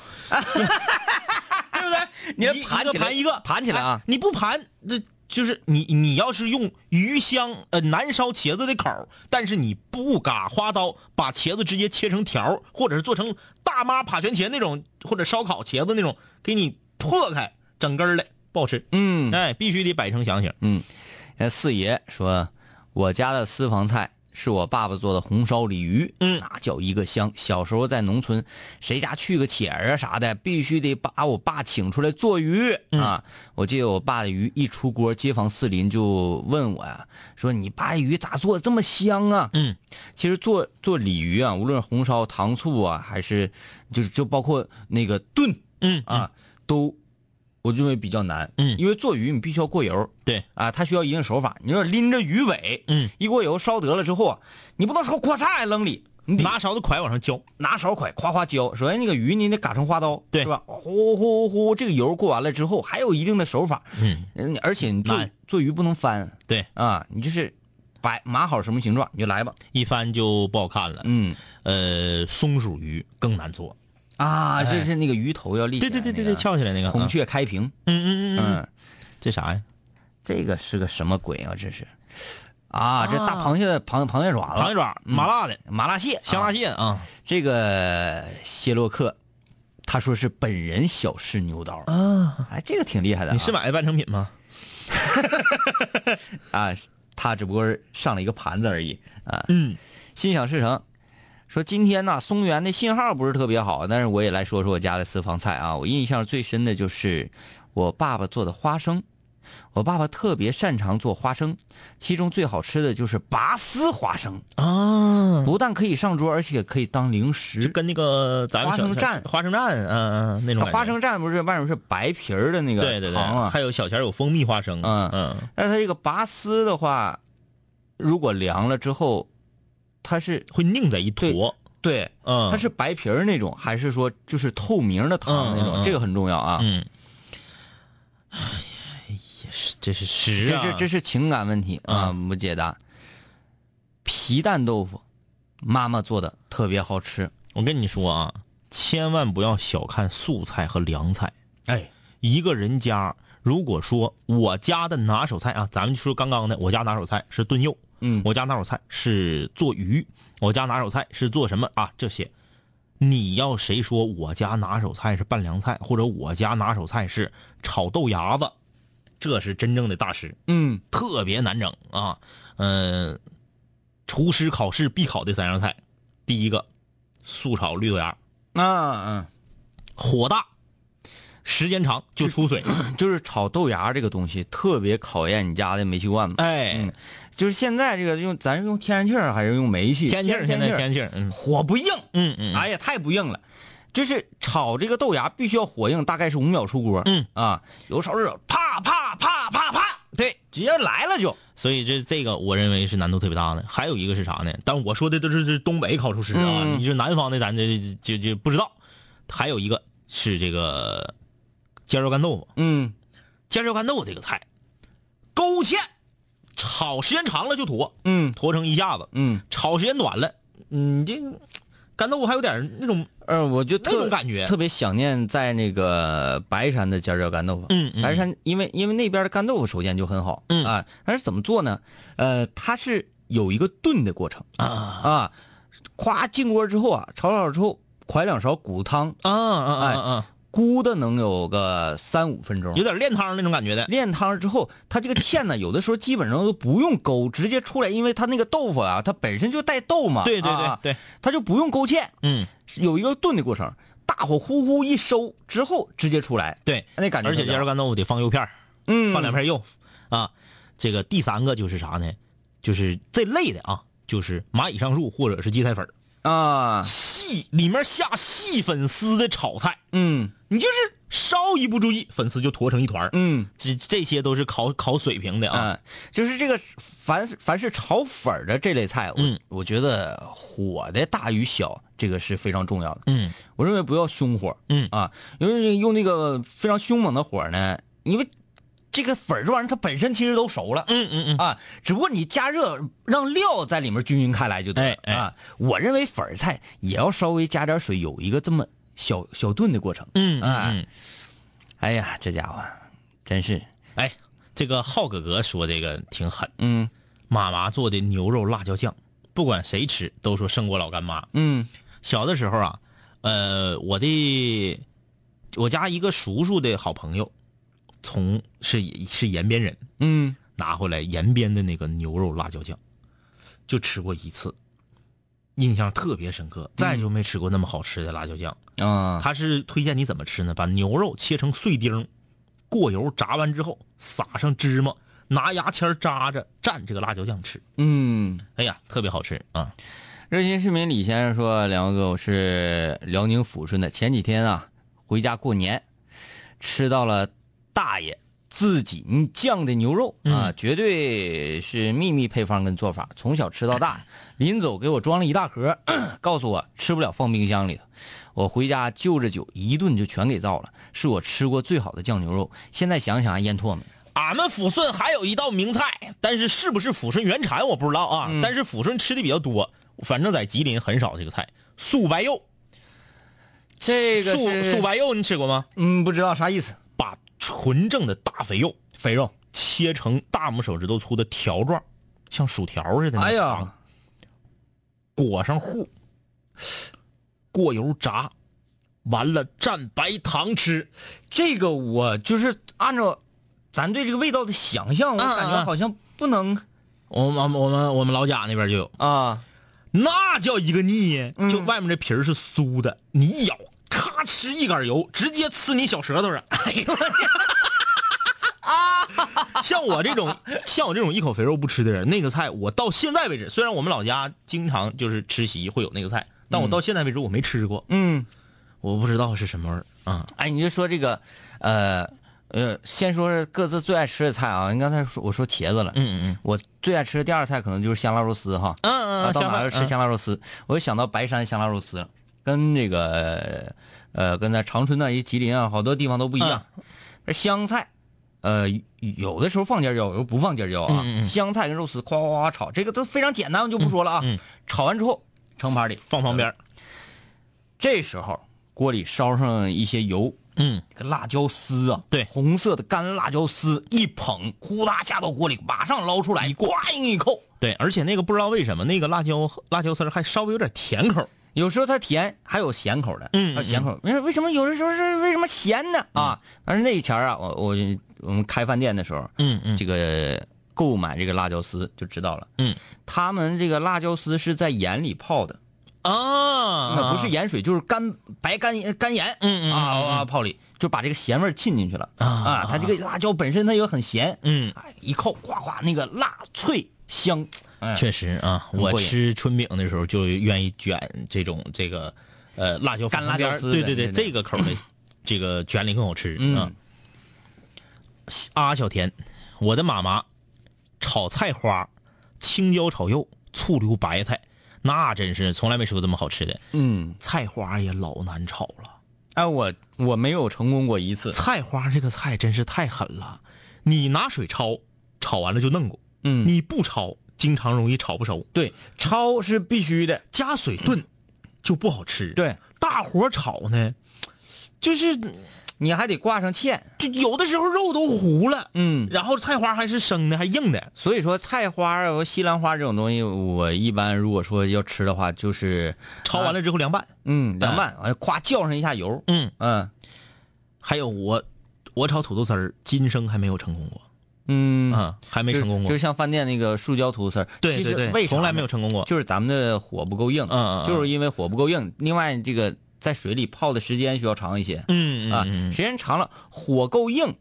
对不对？你一盘一个起来盘一个盘起来啊哎！你不盘，这就是你你要是用鱼香呃难烧茄子的口儿，但是你不嘎花刀，把茄子直接切成条儿，或者是做成大妈扒全茄那种，或者烧烤茄子那种，给你破开整根儿的，不好吃。嗯，哎，必须得摆成翔形。那四爷说，我家的私房菜是我爸爸做的红烧鲤鱼，嗯那叫一个香。小时候在农村，谁家去个铁儿啊啥的，必须得把我爸请出来做鱼、嗯啊。我记得我爸的鱼一出锅，街坊四邻就问我呀、说你爸鱼咋做得这么香啊？嗯，其实做做鲤鱼啊，无论是红烧、糖醋啊，还是就是就包括那个炖嗯啊，都我认为比较难。嗯因为做鱼你必须要过油。对啊，它需要一定手法。你说拎着鱼尾，嗯，一锅油烧得了之后啊，你不能说咔嚓扔里，你得拿勺子㧟往上浇。拿勺㧟夸夸浇。首先那个鱼你得嘎成花刀，对是吧？呼呼呼，这个油过完了之后，还有一定的手法。嗯，嗯，而且你做难做鱼不能翻对，啊，你就是摆码好什么形状你就来吧。一翻就不好看了。嗯。呃，松鼠鱼更难做。啊，这是那个鱼头要立起哎对来那对个，对对对，翘起来那个。哎孔雀开屏，嗯嗯嗯嗯，嗯，这啥呀？这个是个什么鬼啊？这是，啊，这大螃蟹的螃螃蟹爪子，嗯螃蟹爪，麻辣的，麻辣蟹，香辣啊蟹啊。这个谢洛克，他说是本人小试牛刀啊，哎，这个挺厉害的啊，你是买的半成品吗？啊，他只不过是上了一个盘子而已啊。嗯，心想事成，说今天呢、松原的信号不是特别好，但是我也来说说我家的私房菜啊。我印象最深的就是我爸爸做的花生，我爸爸特别擅长做花生，其中最好吃的就是拔丝花生，啊，不但可以上桌，而且可以当零就食。跟那个咱们花小生小蘸啊花生蘸，嗯嗯，那种感觉花生蘸不是外面是白皮儿的那个对对对，糖啊，还有小钱儿有蜂蜜花生，嗯嗯，但是它这个拔丝的话，如果凉了之后，它是会拧在一坨，对嗯，它是白皮儿那种，还是说就是透明的糖那嗯嗯种？嗯这个很重要啊。嗯，哎呀，是这是实这啊，嗯是这是情感问题啊，不解答。皮蛋豆腐，妈妈做的特别好吃。我跟你说啊，千万不要小看素菜和凉菜。哎，一个人家如果说我家的拿手菜啊，咱们就说刚刚的，我家拿手菜是炖肉，嗯我家拿手菜是做鱼，我家拿手菜是做什么啊？这些，你要谁说我家拿手菜是拌凉菜，或者我家拿手菜是炒豆芽子，这是真正的大师，嗯，特别难整啊。嗯、厨师考试必考的三样菜，第一个速炒绿豆芽，啊火大，时间长就出水。嗯，就是炒豆芽这个东西特别考验你家的煤气罐子。哎，嗯就是现在这个用咱是用天然气儿还是用煤气？天气儿，现在天气儿，嗯火不硬，嗯嗯，哎呀，太不硬了。就是炒这个豆芽必须要火硬，大概是五秒出锅。嗯啊，有炒热，啪啪啪啪啪，对，只要来了就所以这这个我认为是难度特别大的。还有一个是啥呢？但我说的都是是东北烤厨师啊，嗯你就南方的咱这就就不知道。还有一个是这个尖椒干豆腐，嗯，尖椒干豆腐这个菜，勾芡，炒时间长了就坨，嗯坨成一下子，嗯炒时间短了，嗯你这干豆腐还有点那种呃，我就那特种感觉，特别想念在那个白山的尖椒干豆腐。嗯嗯白山因为因为那边的干豆腐首先就很好，嗯啊，但是怎么做呢？呃，它是有一个炖的过程啊啊，夸进锅之后啊，炒好之后，㧟两勺骨汤，啊啊啊啊，咕的能有个三五分钟有。点炼汤那种感觉的，炼汤之后，它这个芡 [coughs] 呢，有的时候基本上都不用勾，直接出来，因为它那个豆腐啊，它本身就带豆嘛，对对对啊，对，它就不用勾芡，嗯，有一个炖的过程，大火呼呼一收之后直接出来，对，那感觉而且特别尖椒好干豆腐得放肉片儿嗯放两片肉啊。这个第三个就是啥呢？就是这类的啊，就是蚂蚁上树或者是荠菜粉儿啊，细里面下细粉丝的炒菜，嗯你就是稍一不注意，粉丝就坨成一团儿。嗯这这些都是考考水平的啊。嗯，就是这个凡是凡是炒粉儿的这类菜，我嗯我觉得火的大与小这个是非常重要的。嗯我认为不要凶火，嗯啊，因为用那个非常凶猛的火呢，因为这个粉儿这玩意儿它本身其实都熟了，嗯嗯嗯，啊，只不过你加热让料在里面均匀开来就对了、哎哎啊。我认为粉儿菜也要稍微加点水，有一个这么小小炖的过程。嗯嗯啊嗯哎呀，这家伙真是，哎，这个浩哥哥说这个挺狠，嗯妈妈做的牛肉辣椒酱，不管谁吃都说胜过老干妈。嗯小的时候啊，呃，我的我家一个叔叔的好朋友，从是是延边人，嗯拿回来延边的那个牛肉辣椒酱，就吃过一次，印象特别深刻，再就没吃过那么好吃的辣椒酱。啊，他是推荐你怎么吃呢？把牛肉切成碎丁儿，过油炸完之后，撒上芝麻，拿牙签儿扎着蘸这个辣椒酱吃。嗯。哎呀，特别好吃啊！热心市民李先生说：“两位哥，我是辽宁抚顺的，前几天啊回家过年，吃到了大爷自己酱的牛肉啊，绝对是秘密配方跟做法，从小吃到大。临走给我装了一大盒， [clears throat] 告诉我吃不了放冰箱里头。我回家就着酒一顿就全给造了，是我吃过最好的酱牛肉。现在想想还咽唾沫。俺们抚顺还有一道名菜，但是是不是抚顺原产我不知道啊。嗯但是抚顺吃的比较多，反正在吉林很少这个菜。素白肉，这个素是素白肉你吃过吗？嗯，不知道啥意思。把纯正的大肥肉肥肉，切成大拇手指头粗的条状，像薯条似的。哎呀，，裹上糊，过油炸，完了蘸白糖吃。这个我就是按照咱对这个味道的想象，我啊感觉好像不能我们我们我们老家那边就有，啊，那叫一个腻呀！嗯就外面这皮儿是酥的，你一咬，咔哧一杆油，直接呲你小舌头上。哎呦我的啊！ [laughs] 像我这种像我这种一口肥肉不吃的人，那个菜我到现在为止，虽然我们老家经常就是吃席会有那个菜，但我到现在为止我没吃过，嗯，我不知道是什么味儿啊。哎，你就说这个，呃呃，先说说各自最爱吃的菜啊。你刚才说我说茄子了，嗯嗯我最爱吃的第二菜可能就是香辣肉丝哈，嗯嗯啊嗯，到下哪饭儿吃嗯香辣肉丝，我就想到白山香辣肉丝，跟那个呃跟咱长春那一吉林啊，好多地方都不一样。嗯而香菜，呃，有的时候放尖椒，有时候不放尖椒啊。嗯嗯嗯香菜跟肉丝夸夸夸炒，这个都非常简单，我就不说了啊。嗯嗯炒完之后盛盘里，放旁边儿。这时候锅里烧上一些油，嗯，这个辣椒丝啊，对红色的干辣椒丝一捧，呼啦下到锅里，马上捞出来，呱硬一扣。对，而且那个不知道为什么那个辣椒辣椒丝儿还稍微有点甜口儿。有时候它甜，还有咸口的，嗯还有咸口。为为什么有的时候是为什么咸呢？啊，但是那以前啊，我我我们开饭店的时候，嗯嗯这个购买这个辣椒丝就知道了。嗯，他们这个辣椒丝是在盐里泡的，啊，那不是盐水就是干白干干盐，嗯嗯啊嗯嗯啊泡里就把这个咸味儿沁进去了啊啊。它这个辣椒本身它也很咸，嗯哎，一扣夸夸那个辣脆香，哎确实啊，很我过瘾吃春饼的时候就愿意卷这种这个呃辣椒干放辣旁边椒儿丝对的对对，那种这个口儿 [clears throat] 的这个卷里更好吃啊嗯啊。阿小田，我的妈妈炒菜花、青椒炒肉、醋溜白菜，那真是从来没吃过这么好吃的。嗯，菜花也老难炒了，哎，我我没有成功过一次。菜花这个菜真是太狠了。你拿水焯，炒完了就嫩过；嗯，你不焯，经常容易炒不熟。对，焯是必须的。加水炖就不好吃。对，大火炒呢，就是你还得挂上芡。就有的时候肉都糊了，嗯，然后菜花还是生的，还硬的。所以说菜花啊，西兰花这种东西，我一般如果说要吃的话，就是焯完了之后凉拌。嗯凉拌，完了咵浇上一下油。嗯，嗯还有我，我炒土豆丝儿，今生还没有成功过。嗯啊，还没就成功过就。像饭店那个塑胶土豆丝儿，对其对实对，为从啥来没呢有成功过。就是咱们的火不够硬，嗯嗯嗯就是因为火不够硬。另外，这个在水里泡的时间需要长一些，嗯啊，嗯时间长了，火够硬，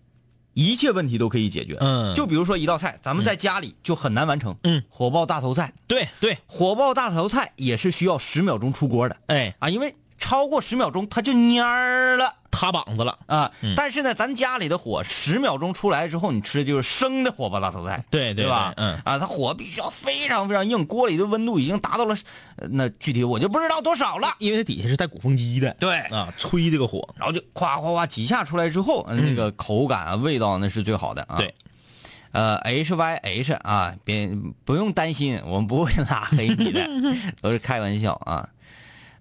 一切问题都可以解决。嗯就比如说一道菜，咱们在家里就很难完成，嗯，火爆大头菜，对对，火爆大头菜也是需要十秒钟出锅的哎，啊，因为超过十秒钟它就蔫儿了。塌膀子了。啊，嗯但是呢，咱家里的火十秒钟出来之后，你吃的就是生的火爆大头菜，对对对吧？对嗯啊，它火必须要非常非常硬，锅里的温度已经达到了，呃那具体我就不知道多少了。因为它底下是带鼓风机的，对啊，吹这个火，然后就夸夸夸几下出来之后，呃那个口感啊、味道那是最好的啊。对，呃，H Y H 啊，别不用担心，我们不会拉黑你 [laughs] 的，都是开玩笑啊。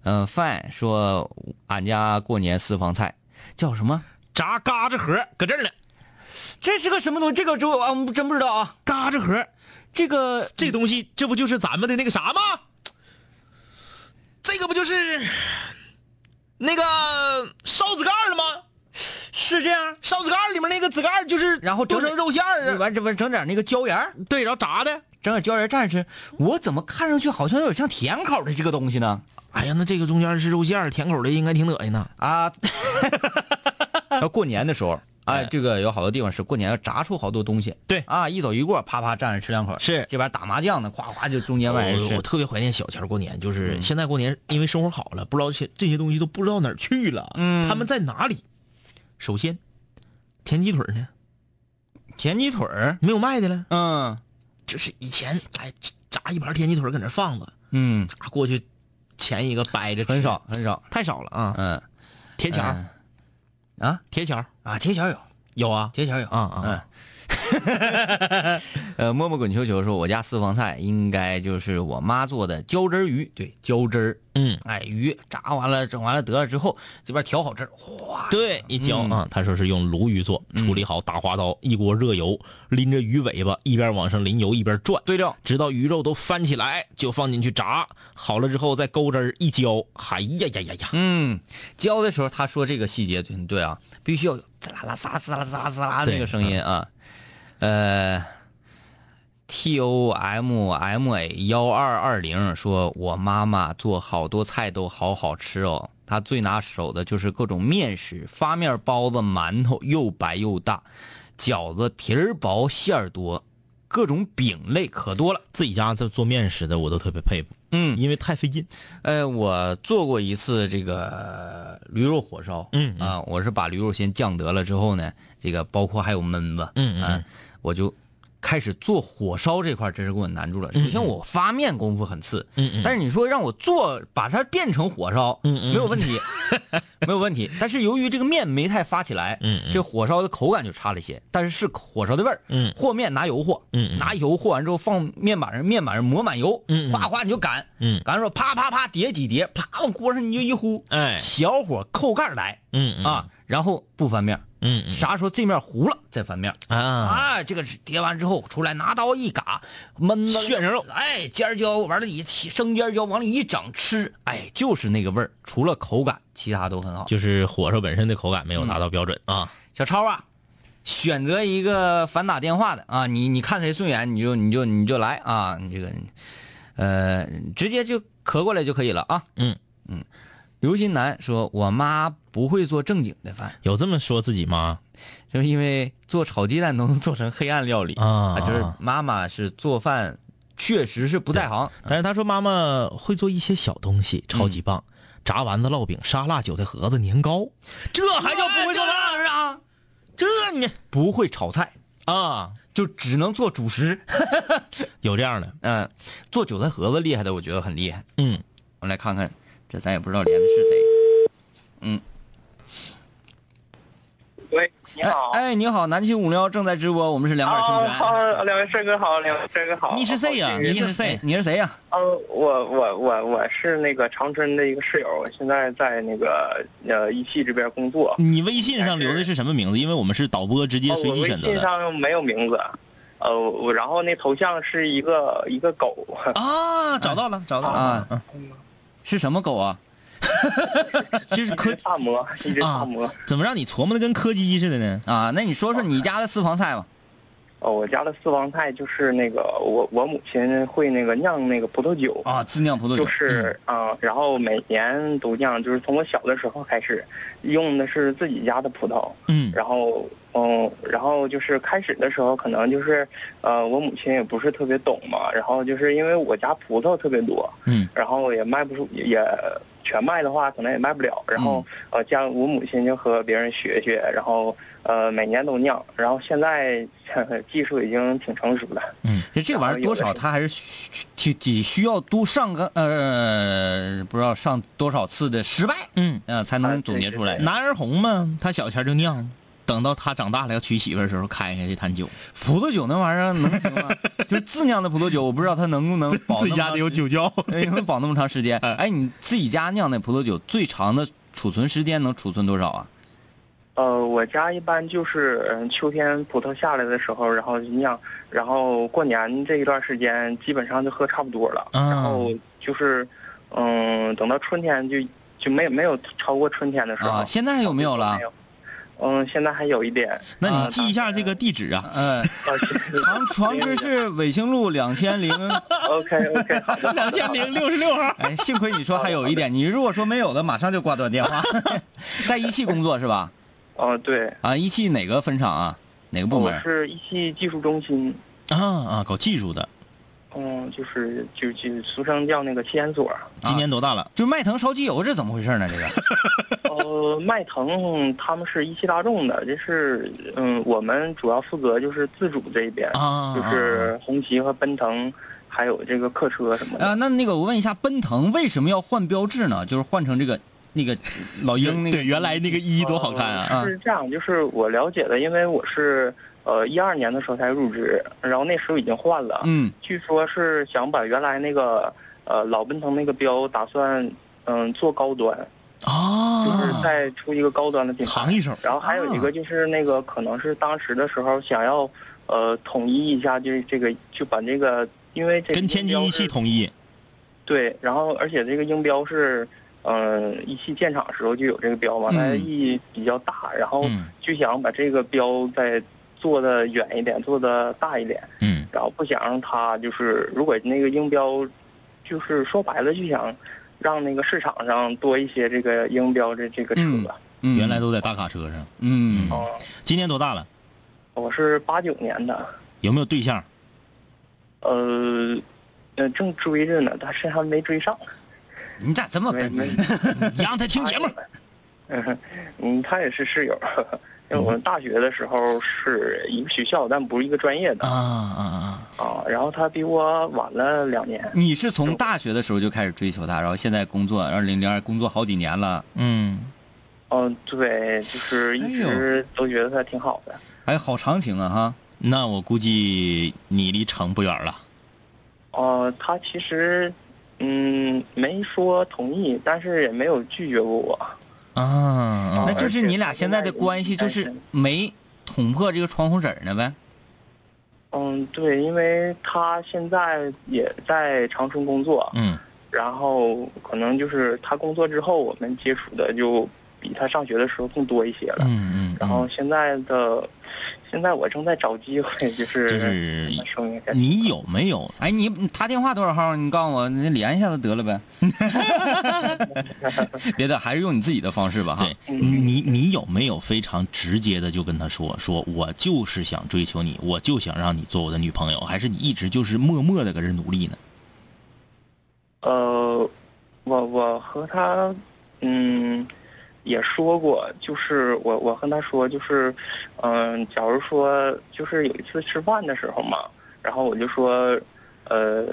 嗯、范说俺家过年私房菜叫什么？炸嘎吱盒搁这儿呢，这是个什么东西？这个这啊，我们真不知道啊。嘎吱盒，这个这东西这不就是咱们的那个啥吗？这个不就是那个烧子盖儿了吗？是这样，烧子盖儿里面那个子盖儿就是，然后剁整成肉馅儿啊，完这不整点那个椒盐儿，对，然后炸的。整点椒盐儿蘸吃。我怎么看上去好像有点像甜口的这个东西呢？哎呀，那这个中间是肉馅儿，甜口的应该挺恶心的。 [laughs] 啊，要过年的时候，哎，这个有好多地方是过年要炸出好多东西。对啊，一走一过，啪啪蘸着吃两口。是哦这边打麻将呢，夸夸就中间外人哎我嗯吃我。特别怀念小前儿过年，就是现在过年，因为生活好了，不知道这这些东西都不知道哪儿去了，嗯他们在哪里？首先，田鸡腿儿呢田鸡腿儿，没有卖的了，嗯就是以前哎炸一盘田鸡腿儿搁那儿放着，嗯，啊过去前一个掰着吃很少很少，太少了啊。嗯，铁锨儿嗯啊铁锨儿啊，铁小有，有啊，铁小有啊啊嗯。 [laughs] 呃，摸摸滚球球说，我家私房菜应该就是我妈做的浇汁儿鱼，对，浇汁儿，嗯，哎，鱼炸完了，整完了得了之后，这边调好汁儿，哗，对，一浇嗯啊，他说是用鲈鱼做，处理好打花刀，一锅热油，拎着鱼尾巴一边往上淋油一边转，对料，直到鱼肉都翻起来，就放进去炸。好了之后再勾汁儿一浇，哎呀呀呀呀！嗯，浇的时候他说这个细节对对啊，必须要有滋啦啦滋啦滋啦滋啦滋啦那对个声音啊，呃，T O M M A 幺二二零说，我妈妈做好多菜都好好吃哦，她最拿手的就是各种面食，发面、包子、馒头又白又大，饺子皮儿薄馅儿多，各种饼类可多了。自己家在做面食的，我都特别佩服，嗯，因为太费劲。呃，我做过一次这个呃驴肉火烧，嗯啊，我是把驴肉先酱得了之后呢，这个包括还有焖子，嗯嗯啊我就开始做火烧这块，真是给我难住了。首先我发面功夫很次，嗯嗯但是你说让我做把它变成火烧，嗯嗯没有问题，没有问题。但是由于这个面没太发起来，嗯嗯这火烧的口感就差了一些，但是是火烧的味儿，嗯和面拿油和，嗯嗯拿油和完之后放面板上，面板上抹满油，嗯嗯哗哗你就擀，嗯擀完之后啪啪啪叠几叠，啪往锅上你就一呼，哎小火扣盖儿来嗯啊，然后不翻面儿，嗯嗯啥时候这面糊了再翻面儿。啊，啊，这个是叠完之后出来拿刀一嘎，焖了炫上肉哎，尖儿椒完了一起生尖儿椒往里一整吃，哎，就是那个味儿，除了口感，其他都很好。就是火烧本身的口感没嗯有达到标准啊。小超啊，选择一个反打电话的啊，你你看谁顺眼你就你就你就来啊，你这个，呃，直接就咳过来就可以了啊。嗯嗯，刘新南说，我妈不会做正经的饭，有这么说自己吗？就是因为做炒鸡蛋都能做成黑暗料理啊就是妈妈是做饭确实是不在行。但是他说妈妈会做一些小东西，超级棒，炸丸子、烙饼、沙拉、韭菜盒子、年糕，哎这还叫不会做饭啊？这你不会炒菜，啊？就只能做主食。有这样的，嗯，做韭菜盒子厉害的，我觉得很厉害。嗯，我们来看看，这咱也不知道连的是谁。喂，你好。哎，哎你好，南青五零幺正在直播，我们是两板清啊泉。啊，两位帅哥好，两位帅哥好。你是谁呀好你幸你运是谁？你是谁呀、呃，我我我我是那个长春的一个室友，我现在在那个呃一汽这边工作。你微信上留的是什么名字？因为我们是导播直接呃随我机微选择信的。上没有名字，呃，我然后那头像是一个一个狗，啊，找到了，找到了。啊，是什么狗 [laughs] 啊？这是一只柯萨摩，一只啊萨摩。怎么让你琢磨的跟柯基似的呢？啊，那你说说你家的私房菜吧。哦，我家的私房菜就是那个我我母亲会那个酿那个葡萄哦酒。啊，自酿葡萄酒。就是嗯啊、呃然后每年都酿，就是从我小的时候开始，用的是自己家的葡萄，嗯然后嗯，然后就是开始的时候，可能就是呃，我母亲也不是特别懂嘛，然后就是因为我家葡萄特别多，嗯，然后也卖不出，也全卖的话可能也卖不了，然后、嗯呃，家我母亲就和别人学学，然后呃，每年都酿，然后现在 [laughs] 呵呵技术已经挺成熟了。嗯，其实这玩意儿多少，它还是需挺挺需要多上个呃，不知道上多少次的失败，嗯，呃，才啊能总结出来。男儿红嘛，他小前儿就酿，等到他长大了要娶媳妇儿的时候，开开这坛酒。葡萄酒那玩意儿能行 [laughs] 吗？就是自酿的葡萄酒，我不知道它能不能保自己那么家长得有时酒窖。 [laughs] 哎，能保那么长时间？嗯 [laughs] 哎，你自己家酿的葡萄酒最长的储存时间能储存多少啊？呃，我家一般就是嗯，秋天葡萄下来的时候，然后酿，然后过年这一段时间基本上就喝差不多了，啊然后就是嗯，等到春天就就没有没有超过春天的时候。啊，现在还有没有了没？有嗯，现在还有一点。啊那你记一下这个地址啊。嗯，呃 [laughs] 是长长春 [laughs] 市纬兴路两千零，。OK OK，好的。两千零六十六号哎，幸亏你说还有一点，你如果说没有的，马上就挂断电 [laughs] 话。在一汽工作是吧？哦、对，啊，一汽哪个分厂啊？哪个部我门？哦是一汽技术中心，啊啊，搞技术的，嗯，就是就就俗称叫那个气研所。今年多大了？啊就迈腾烧机油，这怎么回事呢？这个 [laughs] 呃，迈腾他们是一汽大众的，这是嗯，我们主要负责就是自主这一边，啊，就是红旗和奔腾，还有这个客车什么的。啊，那那个我问一下，奔腾为什么要换标志呢？就是换成这个那个老鹰那个对，原来那个一多好看啊！啊呃是这样，就是我了解的，因为我是呃一二年的时候才入职，然后那时候已经换了，嗯据说是想把原来那个呃老奔腾那个标打算嗯做高端，就是啊，再出一个高端的品牌。藏一手啊然后还有一个就是那个，可能是当时的时候想要，呃，统一一下，就是这个就把这个，因为这个跟天津鹰标一汽是统一。对，然后而且这个鹰标是，嗯、一汽建厂时候就有这个标嘛，嗯它意义比较大，然后嗯就想把这个标再做的远一点，做的大一点，嗯然后不想让它就是，如果那个鹰标，就是说白了就想让那个市场上多一些这个鹰标的这个车。嗯嗯，原来都在大卡车上。嗯哦，今年多大了？我是八九年的，有没有对象？呃，呃，正追着呢，但是还没追上。你咋这么 [laughs] 没笨呢没？你让他听 [laughs] 节目。嗯，嗯，他也是室友， [laughs] 因嗯为我们大学的时候是一个学校，但不是一个专业的啊啊啊！啊。然后他比我晚了两年，你是从大学的时候就开始追求他，然后现在工作，二零零二工作好几年了。嗯，嗯，对，就是一哎直都觉得他挺好的。哎，好长情啊哈！那我估计你离城不远了。哦、他其实，嗯，没说同意，但是也没有拒绝过我。啊哦那就是你俩现在的关系就而且是现在没捅破这个窗户纸儿呢呗？嗯，对，因为他现在也在长春工作，嗯然后可能就是他工作之后，我们接触的就比他上学的时候更多一些了。嗯嗯。然后现在的，现在我正在找机会，就是就是跟他说明一下嗯你有没有？哎，你他电话多少号？你告诉我，那连一下子得了呗。 [laughs] 别的还是用你自己的方式吧哈。啊对嗯你，你有没有非常直接的就跟他说，说我就是想追求你，我就想让你做我的女朋友，还是你一直就是默默的搁这努力呢？呃，我我和他，嗯，也说过，就是我我跟他说，就是，嗯、假如说就是有一次吃饭的时候嘛，然后我就说，呃，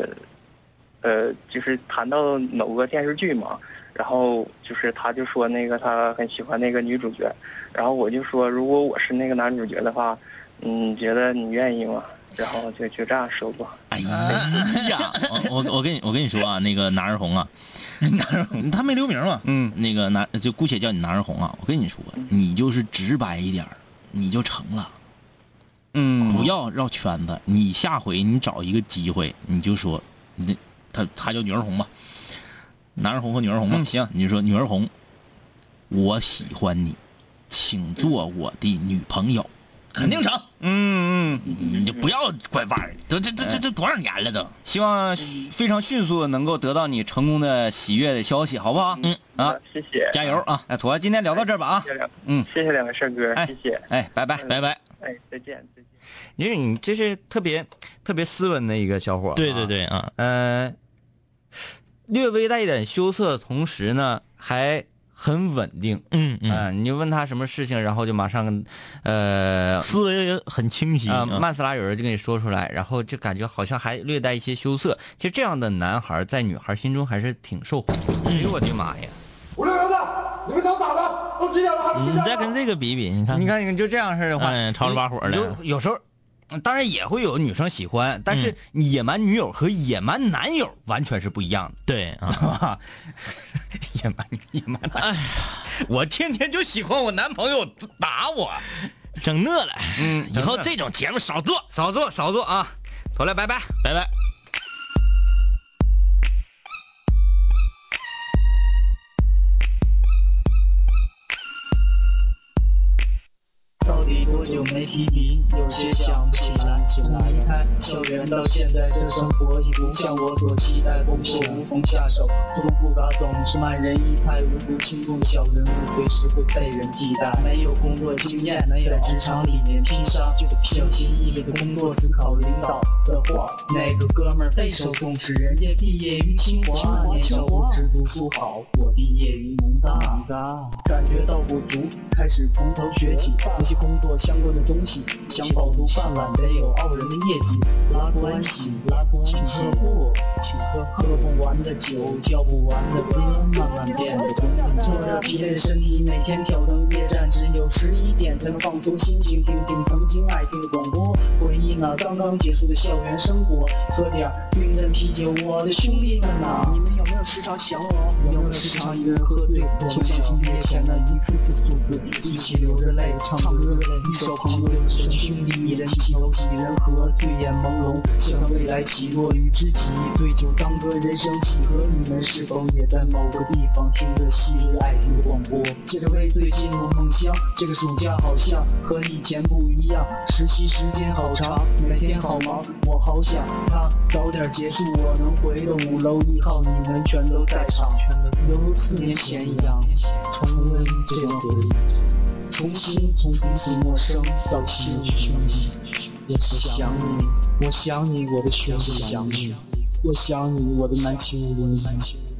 呃，就是谈到某个电视剧嘛，然后就是他就说那个他很喜欢那个女主角，然后我就说如果我是那个男主角的话，你觉得你愿意吗？然后就就这样说吧。哎啊呀，我我我跟你我跟你说啊，那个男 [laughs] 儿红啊，男儿红他没留名嘛，嗯那个男就姑且叫你男儿红啊。我跟你说，你就是直白一点儿，你就成了，嗯不要绕圈子。你下回你找一个机会，你就说，你他他叫女儿红吧，男儿红和女儿红吧，嗯行，你就说女儿红，我喜欢你，请做我的女朋友，肯定成。嗯嗯，你就不要拐弯儿，都这这这这多少年了都。希望迅非常迅速地能够得到你成功的喜悦的消息，好不好？嗯啊，，谢谢，加油啊！哎，坨，今天聊到这儿吧啊谢，谢两，嗯谢谢两位帅哥，哎谢谢，哎，拜拜。拜拜。哎，再见，再见。因为你这是特别特别斯文的一个小伙、对对，对啊，呃，略微带一点羞涩，同时呢还很稳定。嗯嗯、嗯，你就问他什么事情，然后就马上跟，呃，思维很清晰啊、啊曼斯拉有人就跟你说出来，然后就感觉好像还略带一些羞涩。其实这样的男孩在女孩心中还是挺受欢迎的。哎呦我的妈呀！五六零的，你们想咋的？都几点了还不睡你嗯觉？再跟这个比比，你看，你看，你就这样式的话，哎吵着把火的你就有时候，嗯当然也会有女生喜欢，但是嗯野蛮女友和野蛮男友完全是不一样对啊，哎的。 [laughs] 野蛮野蛮男，我天天就喜欢我男朋友打我。整那了，嗯以后这种节目少做，少做少做啊！头来拜拜。拜拜。到底多久没提笔？有些想不起来。从离开校园到现在，这生活已不像我所期待。工作无从下手，多复杂总是慢人一拍，无足轻重的小人物随时会被人替代。没有工作经验，没有在职场里面拼杀，就得小心翼翼的工作，思考领导的话。那个哥们儿备受重视，人家毕业于清华，年少无知读书好，我毕业于农大。感觉到不足，开始从头学起，熟悉工作相关的东西，想保住饭碗得有傲人的业绩。拉关系，拉关系，请喝不，请喝喝不完的酒，叫不完的歌，慢慢变得滚滚。拖着疲惫的身体，每天挑灯夜战，只有十一点才能放松心情，听听曾经爱听的广播，回忆那刚刚结束的校园生活，喝点儿冰镇啤酒，我的兄弟们呐、你们有没有时常想我？有没有时常一个人喝醉？就像今夜前的一次次宿醉，一起流着泪唱着歌，一首朋友的神兄弟，一人起头几人合，醉眼朦胧，想着未来起落与知己，对酒当歌，人生几何？你们是否也在某个地方听着昔日爱听的广播？借着微醉进入梦乡，这个暑假好像和以前不一样，实习时间好长，每天好忙，我好想他早点结束，我能回到五楼一号，你们全都在场，犹如四年前一样，重温这段回忆，重新从彼此陌生到亲近，我想你，我想你，我的兄弟，想你，我想你，我的男情无义。